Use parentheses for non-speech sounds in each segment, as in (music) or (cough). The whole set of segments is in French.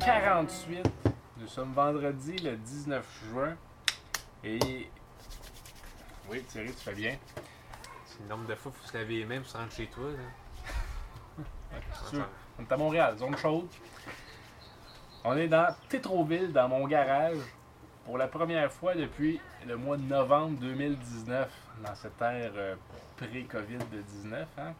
48. Nous sommes vendredi le 19 juin. Et. Oui, Thierry, tu fais bien. C'est le nombre de fois qu'il faut se laver les mains pour se rendre chez toi. Là. tu veux. On est à Montréal, zone chaude. On est dans Tétroville, dans mon garage, pour la première fois depuis le mois de novembre 2019, dans cette ère euh, pré-COVID-19. hein.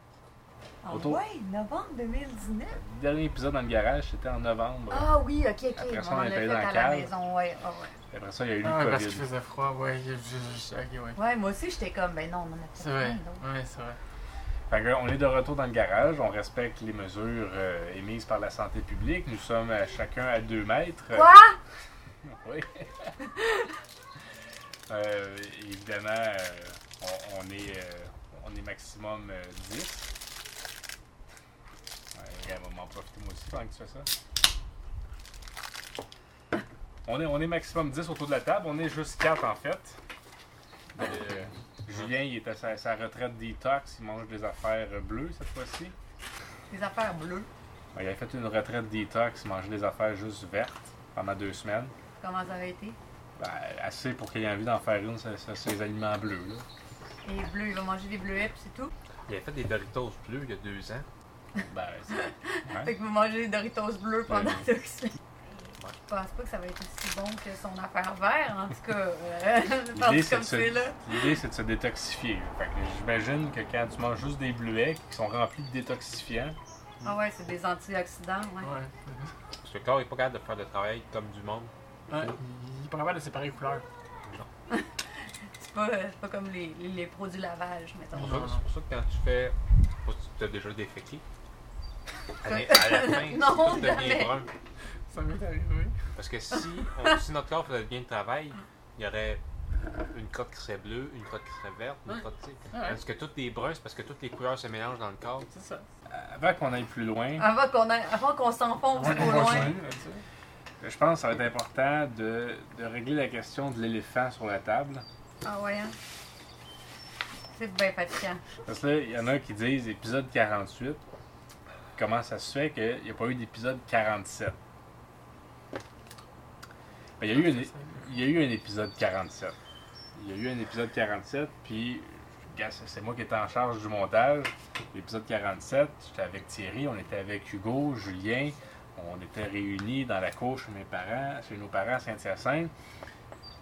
Ah Autour. ouais, novembre 2019? Le dernier épisode dans le garage, c'était en novembre. Ah oui, ok, ok. Après ça, on on en a est allé fait dans à le la cave. maison, ouais. ah ouais. Après ça, il y a eu Ah, le parce qu'il COVID. faisait froid, ouais. je- je- je- ok, ouais. Ouais, moi aussi, j'étais comme, ben non, on en a fait C'est vrai. plein d'autres. Ouais, c'est vrai. Fait que, on est de retour dans le garage, on respecte les mesures euh, émises par la santé publique. Nous sommes à chacun à 2 mètres. Quoi? Oui. Euh, évidemment, euh, on, on est, euh, on est maximum euh, 10. Ouais, regarde, on va m'en profiter moi aussi pendant que tu fais ça. On est, on est maximum 10 autour de la table. On est juste 4 en fait. Euh, Julien, il est à sa, sa retraite detox. Il mange des affaires euh, bleues cette fois-ci. Les affaires bleues. Ouais, Ben, il a fait une retraite detox. Il mangeait des affaires juste vertes pendant deux semaines. Comment ça aurait été? Ben, assez pour qu'il ait envie d'en faire une, ça, ça, c'est les aliments bleus. Là. Les bleus, il va manger des bleuets, puis c'est tout. Il avait fait des Doritos bleus il y a deux ans. Ben, c'est- Fait qu'il va manger des Doritos bleus pendant Ouais. deux semaines. Je pense pas que ça va être aussi bon que son affaire vert, en tout cas. Euh, (laughs) L'idée, parce c'est comme de c'est là. se- l'idée, c'est de se détoxifier. Fait que j'imagine que quand tu manges juste des bleuets qui sont remplis de détoxifiants, Ah ouais, c'est des antioxydants, ouais. Ouais. Parce que le corps n'est pas capable de faire le travail comme du monde. Ouais, Il est pas capable de séparer les couleurs. C'est pas, euh, c'est pas comme les, les, les produits du lavage, mettons. C'est pour Non, Ah, ça que- non. c'est pour ça que quand tu fais. Faut que Tu as déjà déféqué. À la (laughs) à la fin, Non, tout devient jamais. brun. Ça m'est arrivé. Parce que si, on- si notre corps faisait bien le travail, il y aurait une crotte qui serait bleue, une crotte qui serait verte, une Ouais. crotte, tu sais. Ah Ouais. Parce que toutes les bruns, c'est parce que toutes les couleurs se mélangent dans le corps. C'est ça. avant qu'on aille plus loin, Avant qu'on aille- avant qu'on s'enfonce Ouais, trop on va loin. se- je pense que ça va être important de, de régler la question de l'éléphant sur la table. Ah ouais, hein? C'est bien fatigant. Parce que là, il y en a qui disent épisode 48. Comment ça se fait qu'il n'y a pas eu d'épisode 47? Ben, il y a eu une- Il y a eu un épisode 47. Il y a eu un épisode 47, puis gars, c'est- c'est moi qui étais en charge du montage. L'épisode 47, j'étais avec Thierry, on était avec Hugo, Julien. On était réunis dans la cour chez mes parents, chez nos parents à Saint-Hyacinthe.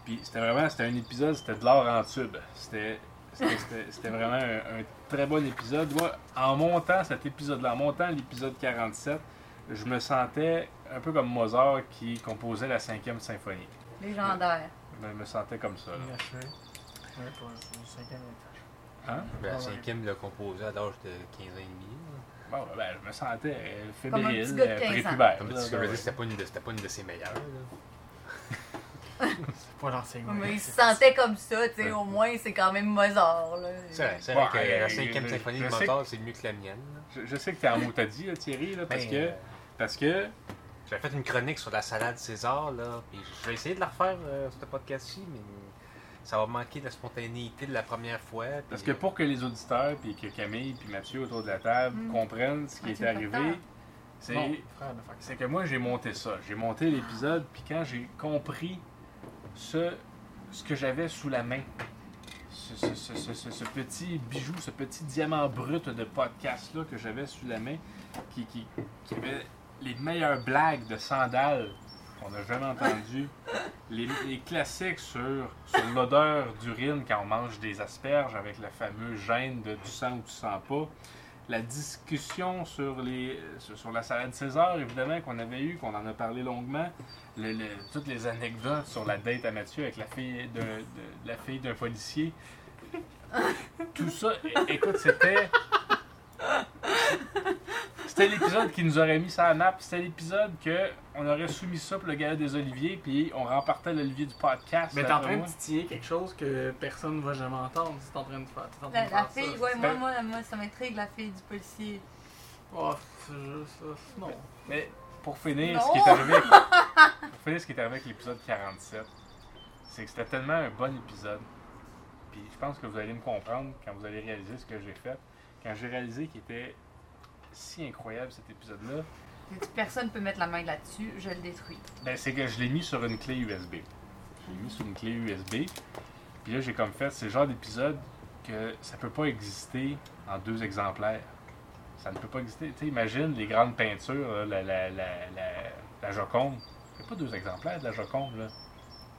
Puis c'était vraiment, c'était un épisode, c'était de l'or en tube. C'était c'était- c'était- c'était vraiment un, un très bon épisode. Moi, en montant cet épisode-là, en montant l'épisode 47, je me sentais un peu comme Mozart qui composait la cinquième symphonie. Légendaire. Je me sentais comme ça. là. Inachevé. Ouais, pour le cinquième étage. Hein? Ben, la Ouais. cinquième l'a composé à l'âge de 15 ans et demi. là. Bon, ben, je me sentais euh, Comme un petit fébrile, gars de euh, 15 ans. prépubère. Comme là, ben, tu là, l'avais ouais. dit, c'était pas, une de- c'était pas une de ses meilleures. là. C'est pas l'enseignement. Mais il se sentait comme ça, tu sais, Ouais. au moins c'est quand même Mozart, là. C'est vrai, c'est Ouais, vrai que euh, la cinquième je- symphonie je de sais Mozart, c'est mieux que la mienne. là. Je, je sais que t'es en motadie, là, Thierry, là, parce, Ben, que, euh, parce que. J'avais fait une chronique sur la salade César, là, puis je vais essayer de la refaire, euh, ce podcast-ci, mais ça va manquer de la spontanéité de la première fois. puis- euh, Parce que pour que les auditeurs, puis que Camille, puis Mathieu autour de la table Mm. comprennent ce qui Mathieu est arrivé, Facteur. c'est Bon, frère, le fax. c'est que moi j'ai monté ça. J'ai monté l'épisode, puis quand j'ai compris ce, ce que j'avais sous la main, ce, ce- ce- ce- ce- ce petit bijou, ce petit diamant brut de podcast-là que j'avais sous la main, qui, qui, qui avait les meilleures blagues de sandales qu'on n'a jamais entendues, les, les classiques sur, sur l'odeur d'urine quand on mange des asperges avec le fameux gène de tu sens ou tu sens pas la discussion sur, les, sur sur la salade César, évidemment, qu'on avait eue, qu'on en a parlé longuement, Le- le- toutes les anecdotes sur la date à Mathieu avec la fille d'un, de- la fille d'un policier. Tout ça, é- écoute, c'était. C'était l'épisode qui nous aurait mis ça à map. C'était l'épisode que on aurait soumis ça pour le gala des Oliviers, puis on remportait l'Olivier du podcast. Mais t'es en après train de moi. titiller quelque chose que personne ne va jamais entendre. C'est en train de faire. t'es en train La, de la faire fille, ça. ouais, moi, Ben- moi, moi, ça m'intrigue, la fille du policier. Oh, c'est juste ça. Non. Mais pour finir, Non. ce qui est arrivé avec, pour finir, ce qui est arrivé avec l'épisode 47, c'est que c'était tellement un bon épisode. Puis je pense que vous allez me comprendre quand vous allez réaliser ce que j'ai fait. Quand j'ai réalisé qu'il était si incroyable cet épisode-là, J'ai dit, personne ne peut mettre la main là-dessus, je le détruis. Ben, c'est que je l'ai mis sur une clé USB. Je l'ai mis sur une clé USB. Puis là, j'ai comme fait, c'est le genre d'épisode que ça peut pas exister en deux exemplaires. Ça ne peut pas exister. Tu sais, imagine les grandes peintures, là, la, la, la, la, la Joconde. Il n'y a pas deux exemplaires de la Joconde, là.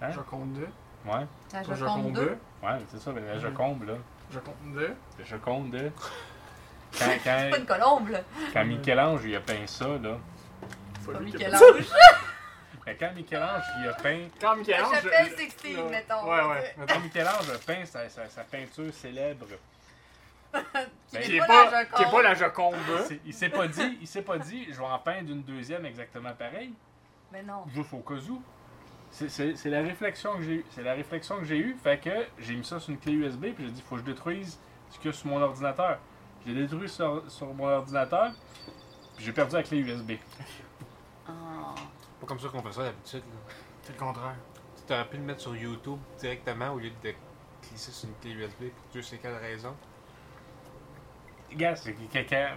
Hein? Je compte deux. Ouais, Ça, je Toi, compte deux. ouais, c'est ça, la Mhm. Joconde, là. Je compte deux. La Joconde de... Quand, C'est quand, pas une colombe, là. quand Michel-Ange, il a peint ça, là. Faut C'est pas lui qui a- Michel-Ange. Mais quand Michel-Ange, il a peint Quand Michel-Ange. Je fais je- 16, Ouais. mettons. Ouais, ouais. Quand Michel-Ange a peint sa, sa- sa peinture célèbre, Qui Ben, Qui est n'est pas, pas, la qui est pas Joconde. la Joconde. c'est- il s'est pas dit, il s'est pas dit, je vais en peindre une deuxième exactement pareille, Mais non. juste au cas où. C'est- C'est c'est la réflexion que j'ai eue. C'est la réflexion que j'ai eue. Fait que j'ai mis ça sur une clé USB, puis j'ai dit, faut que je détruise ce qu'il y a sur mon ordinateur. J'ai détruit sur, sur mon ordinateur, puis j'ai perdu la clé USB. Ah. Pas comme ça qu'on fait ça d'habitude. là. C'est le contraire. Tu aurais pu le mettre sur YouTube directement au lieu de glisser sur une clé USB pour Dieu sait quelle raison. Gars, c'est quelqu'un.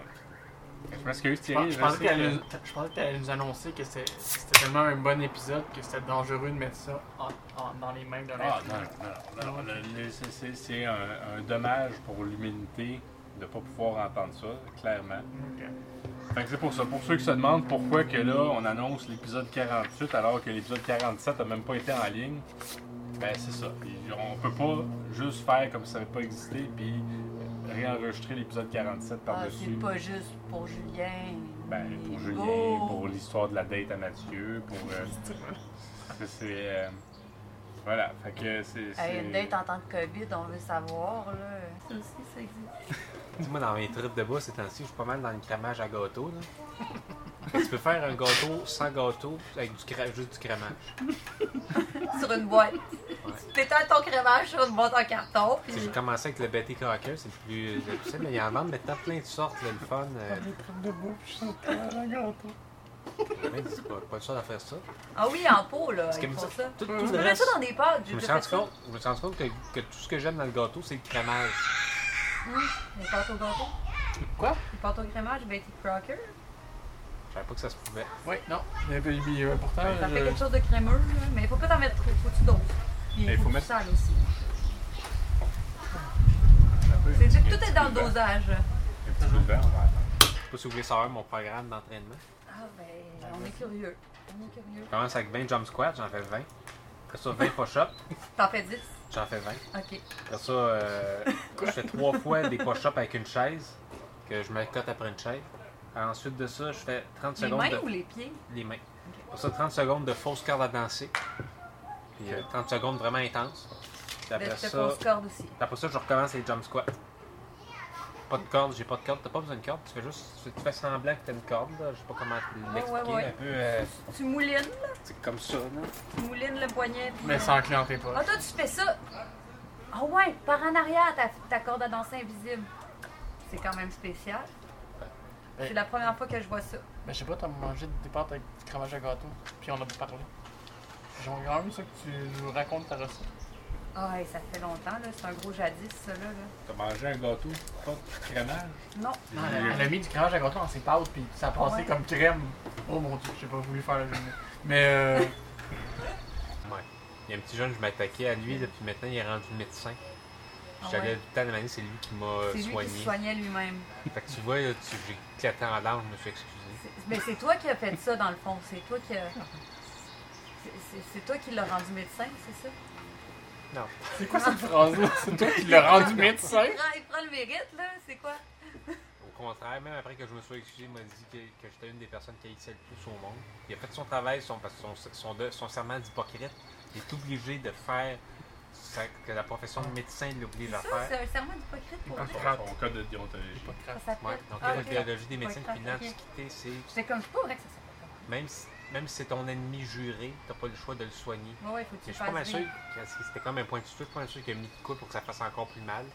Je m'excuse, Je pense- Thierry. je pensais sais que- qu'elle nous- je pensais que t'allais nous annoncer que c'était c'était tellement un bon épisode que c'était dangereux de mettre ça en- en- dans les mains d'un Ah être non, humain. non, non, non, le- le- c'est- c'est- c'est un, un dommage pour l'humanité de ne pas pouvoir entendre ça, clairement. Ok. Fait que c'est pour ça. Pour ceux qui se demandent pourquoi que là, on annonce l'épisode 48 alors que l'épisode 47 n'a même pas été en ligne, ben c'est ça. Puis on peut pas juste faire comme si ça n'avait pas existé puis réenregistrer l'épisode 47 Ah, par-dessus. c'est pas juste pour Julien. Ben, pour Hugo. Julien, pour l'histoire de la date à Mathieu, pour... euh, c'est- c'est... euh, voilà, fait que c'est... Hey, c'est- une date en tant que COVID, on veut savoir, là. Ça aussi, ça existe. Dis-moi, dans mes trips de bas ces temps-ci, je suis pas mal dans le cramage à gâteau. Là. tu peux faire un gâteau sans gâteau avec du cra- juste du cramage. Sur une boîte. Tu pétales ton crémage sur une boîte en carton, puis Tu sais, J'ai commencé avec le Betty Crocker, c'est le plus. euh, le plus simple, mais il y en vend maintenant plein de sortes, là, le fun. euh, jamais dit, pas, pas le choix de faire ça. Ah oui, en pot, là. que Ils me font semble- ça. tout- tout Je le mets reste- ça dans des pâtes. Je me j'ai suis déjà rendu fait ça. compte, je me suis rendu compte que, que tout ce que j'aime dans le gâteau, c'est le cramage. Hum, Les pâtes au gâteau. Quoi? Les pâtes au crémage, Betty Crocker. Je savais pas que ça se pouvait. Oui, non. Mais, mais, mais, euh, pourtant, Ça fait je- quelque chose de crémeux, là. Mais faut pas t'en mettre trop, faut que tu doses. Puis Mais il faut, faut que tu mettre- sales aussi. C'est juste tout est dans le dosage. Un petit peu de vent, on va attendre. Je sais pas si vous voulez savoir mon programme d'entraînement. Ah ben, on est curieux. On est curieux. Je commence avec 20 jump squats, j'en fais 20. Après ça, 20 push-ups, T'en fais 10? j'en fais 20. Ok. Après ça, euh, je fais trois fois des push-ups avec une chaise, que je me cote après une chaise. Ensuite de ça, je fais 30 Les secondes mains de... ou les pieds? les mains. Pour ça, 30 secondes de fausse corde à danser. Puis euh, 30 secondes vraiment intenses. Puis De après te ça, fausse corde aussi. après ça, je recommence les jump squats. Pas de corde, j'ai pas de corde. T'as pas besoin de corde, tu fais juste. Tu fais semblant que t'as une corde, là. Je sais pas comment te l'expliquer. ouais, ouais. Un peu. euh, Tu moulines, c'est comme ça, là. tu moulines le poignet. puis- mais sans clé en tes poches. Ah, toi, tu fais ça. Ah ouais, par en arrière, ta, ta corde à danser invisible. C'est quand même spécial. C'est la première fois que je vois ça. Mais je sais pas, t'as mangé des pâtes avec du fromage à gâteau, puis on a pas parlé. J'aimerais quand même ça que tu nous racontes ta recette. Ah, et ça fait longtemps, là. C'est un gros jadis, ça, là. là. T'as mangé un gâteau, pas de crémage? Non. Non, elle, a- elle a mis du fromage à gâteau dans ses pâtes, puis ça a passé Ah, Ouais. comme crème. Oh mon dieu, j'ai pas voulu faire la journée. Mais (laughs) euh, Ouais. Il y a un petit jeune, je m'attaquais à lui, là, puis maintenant il est rendu médecin. Ah J'avais ouais. le temps de manier, c'est lui qui m'a euh, C'est lui qui soigné. se soignait lui-même. Fait que tu vois, là, tu- j'ai éclaté en larmes, je me suis excusé. C'est- Mais c'est toi qui as fait ça, dans le fond. C'est toi qui a... c'est- c'est- C'est toi qui l'as rendu médecin, c'est ça? c'est quoi cette phrase-là? C'est toi qui (laughs) l'as rendu médecin? Il prend, il prend le mérite, là. C'est quoi? Au contraire, même après que je me sois excusé, il m'a dit que, que j'étais une des personnes qui haïssait le plus au monde. Il a fait son travail, son, parce que son, son, de- son serment d'hypocrite. Il est obligé de faire ce que la profession de médecin l'oblige à Ça, faire. c'est un serment d'hypocrite pour Son, lui. son code de déontologie. Ça s'appelle. Ouais, donc Ah, la ok. biologie des médecines Ouais, puis ok. l'antiquité, c'est J'étais comme, c'est pas vrai que ça s'appelle comme même si, même si c'est ton ennemi juré, t'as pas le choix de le soigner. ça. Ouais, ouais, faut que Mais tu je suis pas mal fasses sûr, bien. parce que c'était comme un point de suture, je suis pas mal sûr qu'il a mis de quoi pour que ça fasse encore plus mal.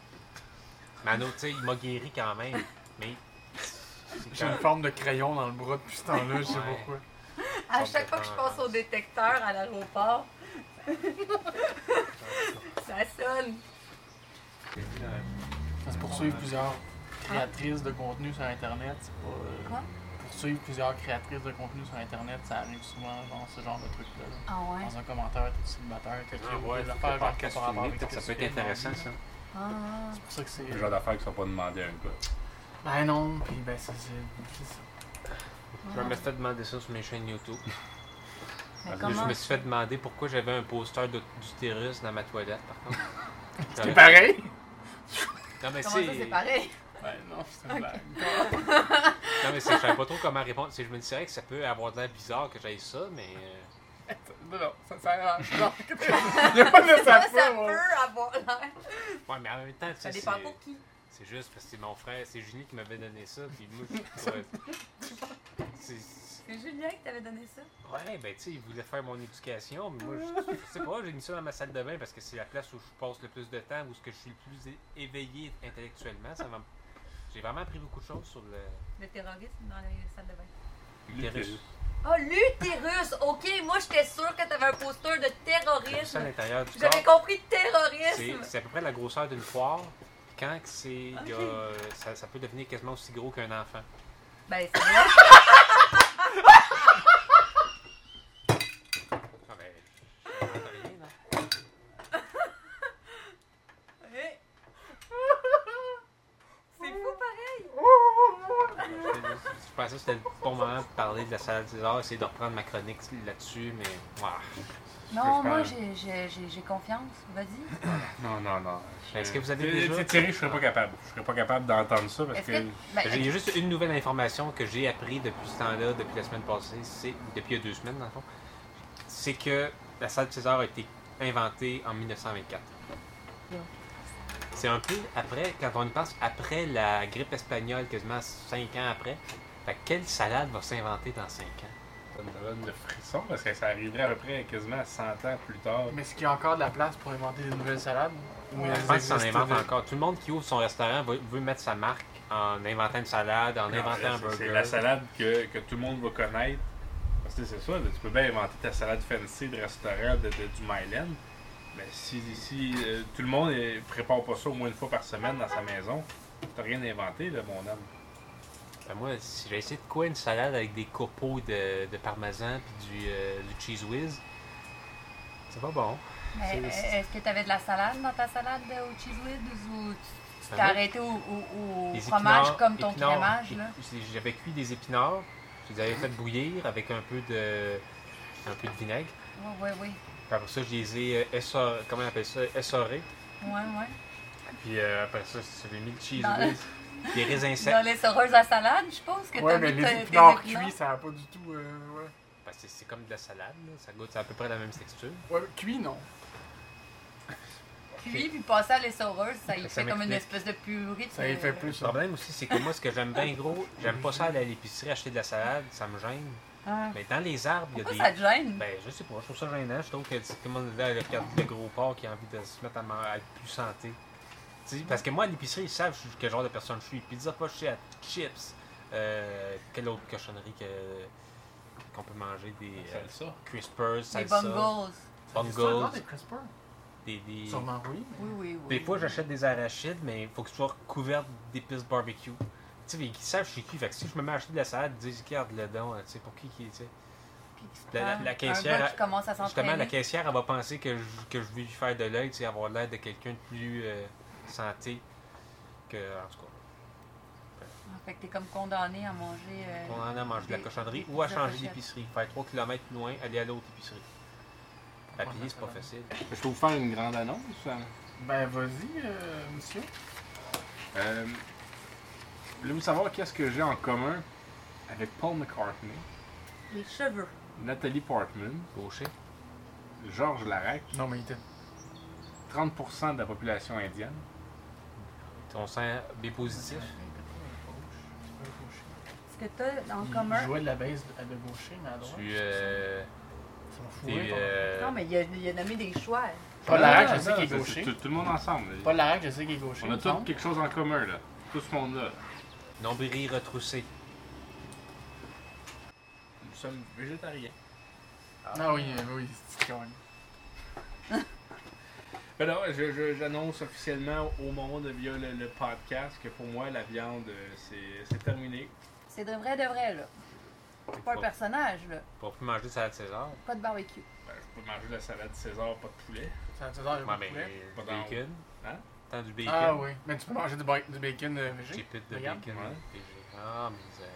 Mano, tu sais, il m'a guéri quand même, mais... c'est J'ai quand- une forme de crayon dans le bras depuis ce temps-là, je sais pas Ouais. pourquoi. À chaque fois que je passe au détecteur à l'aéroport, (laughs) ça sonne. Ça se poursuivre plusieurs créatrices de contenu sur Internet, c'est pas... euh, Quoi? Pour poursuivre plusieurs créatrices de contenu sur Internet, ça arrive souvent, genre, ce genre de truc-là. là. Ah ouais? Dans un commentaire, t'es célibataire, t'as Ah ouais, des faut affaires que genre podcast qui ont pas rapport filmé, avec peut-être ce ça peut que tu être fais dans la intéressant vie, ça. là. Ah. C'est pour ça que c'est. Le genre d'affaires qui sont pas demandées à un gars. Ben non, puis ben c'est. c'est- c'est ça. Je me suis fait demander ça sur mes chaînes YouTube. Mais Parce que Je comment? me suis fait demander pourquoi j'avais un poster de- d'utérus dans ma toilette, par (laughs) contre. C'est pareil? Non, mais Comment ça, (laughs) c'est pareil? Ben non, c'est une blague. Non, mais c'est- je savais pas trop comment répondre. C'est- Je me disais que ça peut avoir de l'air bizarre que j'aille ça, mais. euh, Non, non, ça sert à rien. Non, (laughs) Il n'y a pas de Ça, ça ça peut avoir l'air. Ouais, mais en même temps, tu Ça sais, dépend c'est- pour qui. c'est juste parce que c'est mon frère, c'est Julie qui m'avait donné ça, puis (laughs) moi, je- ouais. C'est- C'est Julien qui t'avait donné ça. Ouais, ben tu sais, il voulait faire mon éducation, mais moi, je, je sais pas, j'ai mis ça dans ma salle de bain parce que c'est la place où je passe le plus de temps, où ce que je suis le plus é- éveillé intellectuellement. Ça m'a- J'ai vraiment appris beaucoup de choses sur le. Le terrorisme dans les salles de bain. l'utérus. Ah, l'utérus! Ok, moi j'étais sûre que t'avais un poster de Ça, à terrorisme. l'intérieur du corps, J'avais compris c'est terrorisme. c'est à peu près la grosseur d'une poire. puis Quand que c'est, il y a, Ok. euh, ça, ça peut devenir quasiment aussi gros qu'un enfant. Ben, c'est vrai. Ah ben, je- je n'entends rien, là. Hey. (laughs) C'est fou pareil! Je pensais que c'était le bon moment de parler de la salle des arts, essayer de reprendre ma chronique là-dessus, mais. ouah. Non, moi j'ai- j'ai j'ai- j'ai confiance. Vas-y. Non, non, non. Je- Est-ce que vous avez Thé- déjà. thé- Thierry, je serais pas capable. Je serais pas capable d'entendre ça parce Est-ce que. que. ben, J'ai juste une nouvelle information que j'ai appris depuis ce temps-là, depuis la semaine passée, c'est ou depuis il y a deux semaines dans le fond, c'est que la salle de César a été inventée en 1924. Yeah. C'est un peu après, quand on y pense, après la grippe espagnole, quasiment cinq ans après. Fait que quelle salade va s'inventer dans cinq ans? Ça me donne le frisson parce que ça arriverait à peu près quasiment 100 ans plus tard. Mais est-ce qu'il y a encore de la place pour inventer des nouvelles salades? Ou Ouais. elles Je pense qu'ils s'en existent inventent déjà? encore. Tout le monde qui ouvre son restaurant va- veut mettre sa marque en inventant une salade, en inventant un C'est- burger. C'est la salade que, que tout le monde va connaître. Parce que c'est ça, là, tu peux bien inventer ta salade fancy de restaurant de, de- du Myland. Mais si, si euh, tout le monde euh, prépare pas ça au moins une fois par semaine dans sa maison, t'as rien inventé, là, mon homme. Ben, moi, si j'ai essayé de quoi une salade avec des copeaux de, de parmesan puis du, euh, du cheese whiz, c'est pas bon. mais c'est- Est-ce que t'avais de la salade dans ta salade euh, au cheese whiz ou tu- tu t'es Ben oui. arrêté au, au- au Des fromage épinards- comme ton épinards, crémage ép- là? Hein? J'avais cuit des épinards, je les avais fait bouillir avec un peu de, un peu de vinaigre. Oui, oui, oui. Puis après ça, je les ai euh, essor- comment on appelle ça, essorés. Ouais, ouais. Puis euh, après ça, j'avais mis le cheese Dans- whiz, des raisins secs. Dans les soreuses à salade, je pense que Ouais, t'as mais mis tes- les tes épinards épinards. cuits, ça n'a pas du tout. euh, ouais. Ben, c'est- c'est comme de la salade, là. ça goûte à peu près la même texture. Ouais, mais cuit, non. Cuit, puis passer à l'essoreuse, ça y Ça fait comme une m'explique. espèce de purée. Ça y de- fait plus. Le ça. problème aussi, c'est que moi, ce que j'aime bien gros, j'aime pas ça aller à l'épicerie acheter de la salade, ça me gêne. Ah. Mais dans les arbres, il y a Pourquoi des. ça te gêne? Ben, je sais pas, je trouve ça gênant. Je trouve que c'est comme on est là, le, le gros porc qui a envie de se mettre à, man- à être plus santé. Tu sais, parce que moi, à l'épicerie, ils savent je- quel genre de personne je suis. Pizza ah, pas à chips. Euh, quelle autre cochonnerie que- qu'on peut manger Des euh, ça. crispers, les salsa, bungles. euh, Ça existe encore, bungles. des crispers? Des, des- Sûrement oui, Oui, mais. oui, oui. des fois, j'achète des arachides, mais il faut que ce soit recouvert d'épices barbecue. Tu sais, mais ils savent je suis qui. Fait que si je me mets à acheter de la salade, ils disent, regarde le don, tu sais, pour qui qui est, tu sais. Puis tu la- la- prends la un caissière, gars qui commence à Justement, la s'entraîner. caissière, elle va penser que je, que je vais lui faire de l'œil, tu sais, avoir l'air de quelqu'un de plus euh, santé que. En tout cas, Ah, Fait que t'es comme condamné à manger. euh, on en a mangé de la des- cochonnerie des ou à petites changer pochettes. d'épicerie. Faire 3 km loin, aller à l'autre épicerie. À pied, c'est pas facile. Je peux vous faire une grande annonce. hein. Ben vas-y, euh, monsieur. Euh, Voulez-vous savoir qu'est-ce que j'ai en commun avec Paul McCartney, Les cheveux. Nathalie Portman, Gaucher. Georges Larac, Non, mais il était. 30% de la population indienne, On sent B positif. Est-ce que t'as en Il- Il commun? jouait de la base à de gaucher, Ah mais à droite. Tu. Euh, Ça m'a t'es, fourré. pardon. euh, Non, mais il a, il a nommé des choix. Paul Ah, Larac, je non, sais qu'il est c'est- gaucher. c'est Tout, tout le monde ensemble. là. Paul Larac, je sais qu'il est gaucher. On a il me semble. tous quelque chose en commun, là. Tout ce monde-là. Nombril retroussé. Nous sommes végétariens. Ah oui, euh, oui, c'est c'est con. Ben non, je- je- j'annonce officiellement au monde via le, le podcast que pour moi, la viande, euh, c'est c'est terminé. C'est de vrai, de vrai, là. C'est pas un Pas, personnage, là. pas plus manger de salade César. Pas de barbecue. Ben, je peux manger de la salade César, pas de poulet. C'est un César, j'ai Ouais, pas de mais poulet. du Pas dans- bacon. Hein? Tant du bacon. Ah oui, mais tu peux manger du, ba- du bacon euh, végé. J'ai de Regarde. bacon. Ouais. végé. Ah, misère.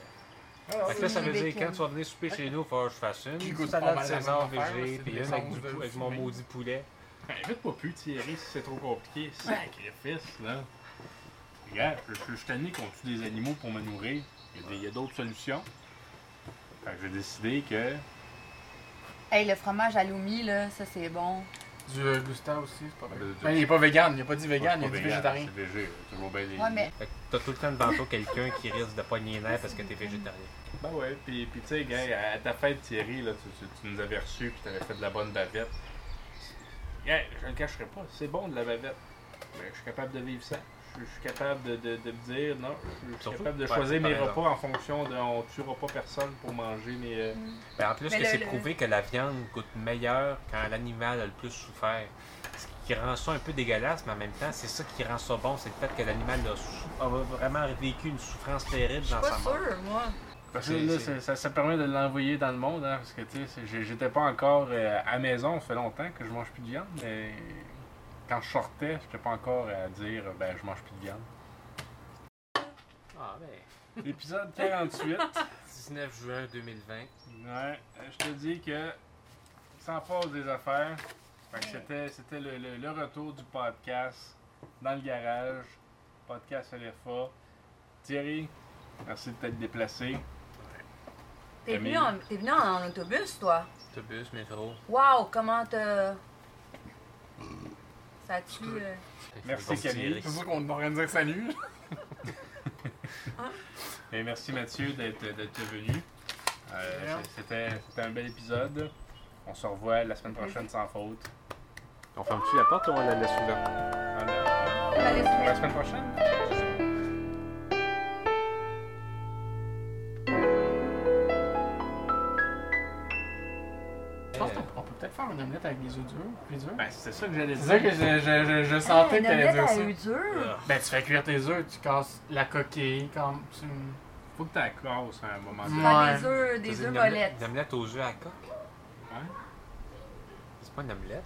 Ah, Fait que là, ça veut Bacon. dire quand tu vas venir souper Ouais. chez nous, il faut que je fasse une Qui goûte pas salade mal la même César affaire, végé, c'est puis des une avec, sauces du de pou- avec mon fumée. maudit poulet. Ben, invite pas plus, Thierry, si c'est trop compliqué. Sacrifice, là. Regarde, je, je, je suis tanné qu'on tue des animaux pour me nourrir. Il y a des- il y a d'autres solutions. Fait que j'ai décidé que. Hey, le fromage à l'oumi, là, ça c'est bon. Du euh, Gustave aussi, c'est pas mal. Le- le- Ben, il est pas vegan, il a pas dit Moi, je vegan, suis il a pas dit vegan, végétarien. C'est végé, euh, toujours bien les. Ouais, mais Fait que t'as tout le temps devant toi quelqu'un qui risque de pogner les nerfs parce que t'es végétarien. Ben ouais, pis, pis tu sais, gars, à ta fête, Thierry, là, tu, tu- tu nous avais reçus pis t'avais fait de la bonne bavette. Gars, je le cacherai pas, c'est bon de la bavette. Mais je suis capable de vivre ça. Je je suis capable de, de, de me dire, non, je- je suis Surtout, capable de ouais, choisir t'as mes raison. repas en fonction de on tuera pas personne pour manger mes. euh, Ben, en plus, Mais que le- c'est le- prouvé que la viande coûte meilleure quand l'animal a le plus souffert. Ce qui rend ça un peu dégueulasse, mais en même temps, c'est ça qui rend ça bon, c'est le fait que l'animal a, sou- a vraiment vécu une souffrance terrible je suis dans pas sa mort. sûre, moi. Parce C'est- que là, c'est- ça- ça, ça permet de l'envoyer dans le monde, hein, parce que tu sais, c'est- j'ai- j'étais pas encore euh, à maison, ça fait longtemps que je mange plus de viande, mais quand je sortais, j'étais pas encore à dire, ben, je mange plus de viande. Ah, ben, Épisode 48. 19 juin 2020. Ouais, euh, je te dis que sans pause des affaires, fait que c'était, c'était le, le- le retour du podcast dans le garage, podcast LFA. Thierry, merci de t'être déplacé. T'es Camille. venu, en, t'es venu en autobus, toi? Autobus, métro. Wow, comment te. Ça tue. euh, Merci, Camille. C'est pour ça qu'on organise un salut. Et merci Mathieu d'être, d'être venu. Euh, Bien. c'est- c'était, c'était un bel épisode. On se revoit la semaine prochaine sans faute. On ferme-tu la porte ou on la laisse ouverte? Ah, ben, la laisse pour la semaine prochaine? Je pense qu'on on peut peut-être faire une omelette avec des œufs durs, puis durs. Ben, c'est ça que j'allais C'est dire. ça que je, je, je, je sentais Hey, une que t'allais omelette dire à ça. œufs durs. Ben, tu fais cuire tes œufs, tu casses la coquille, comme tu... Faut que t'as cause à un moment donné. Mm. Faire Ouais. des œufs, des œufs molettes. Une omelette aux œufs à la coque? Hein? C'est pas une omelette?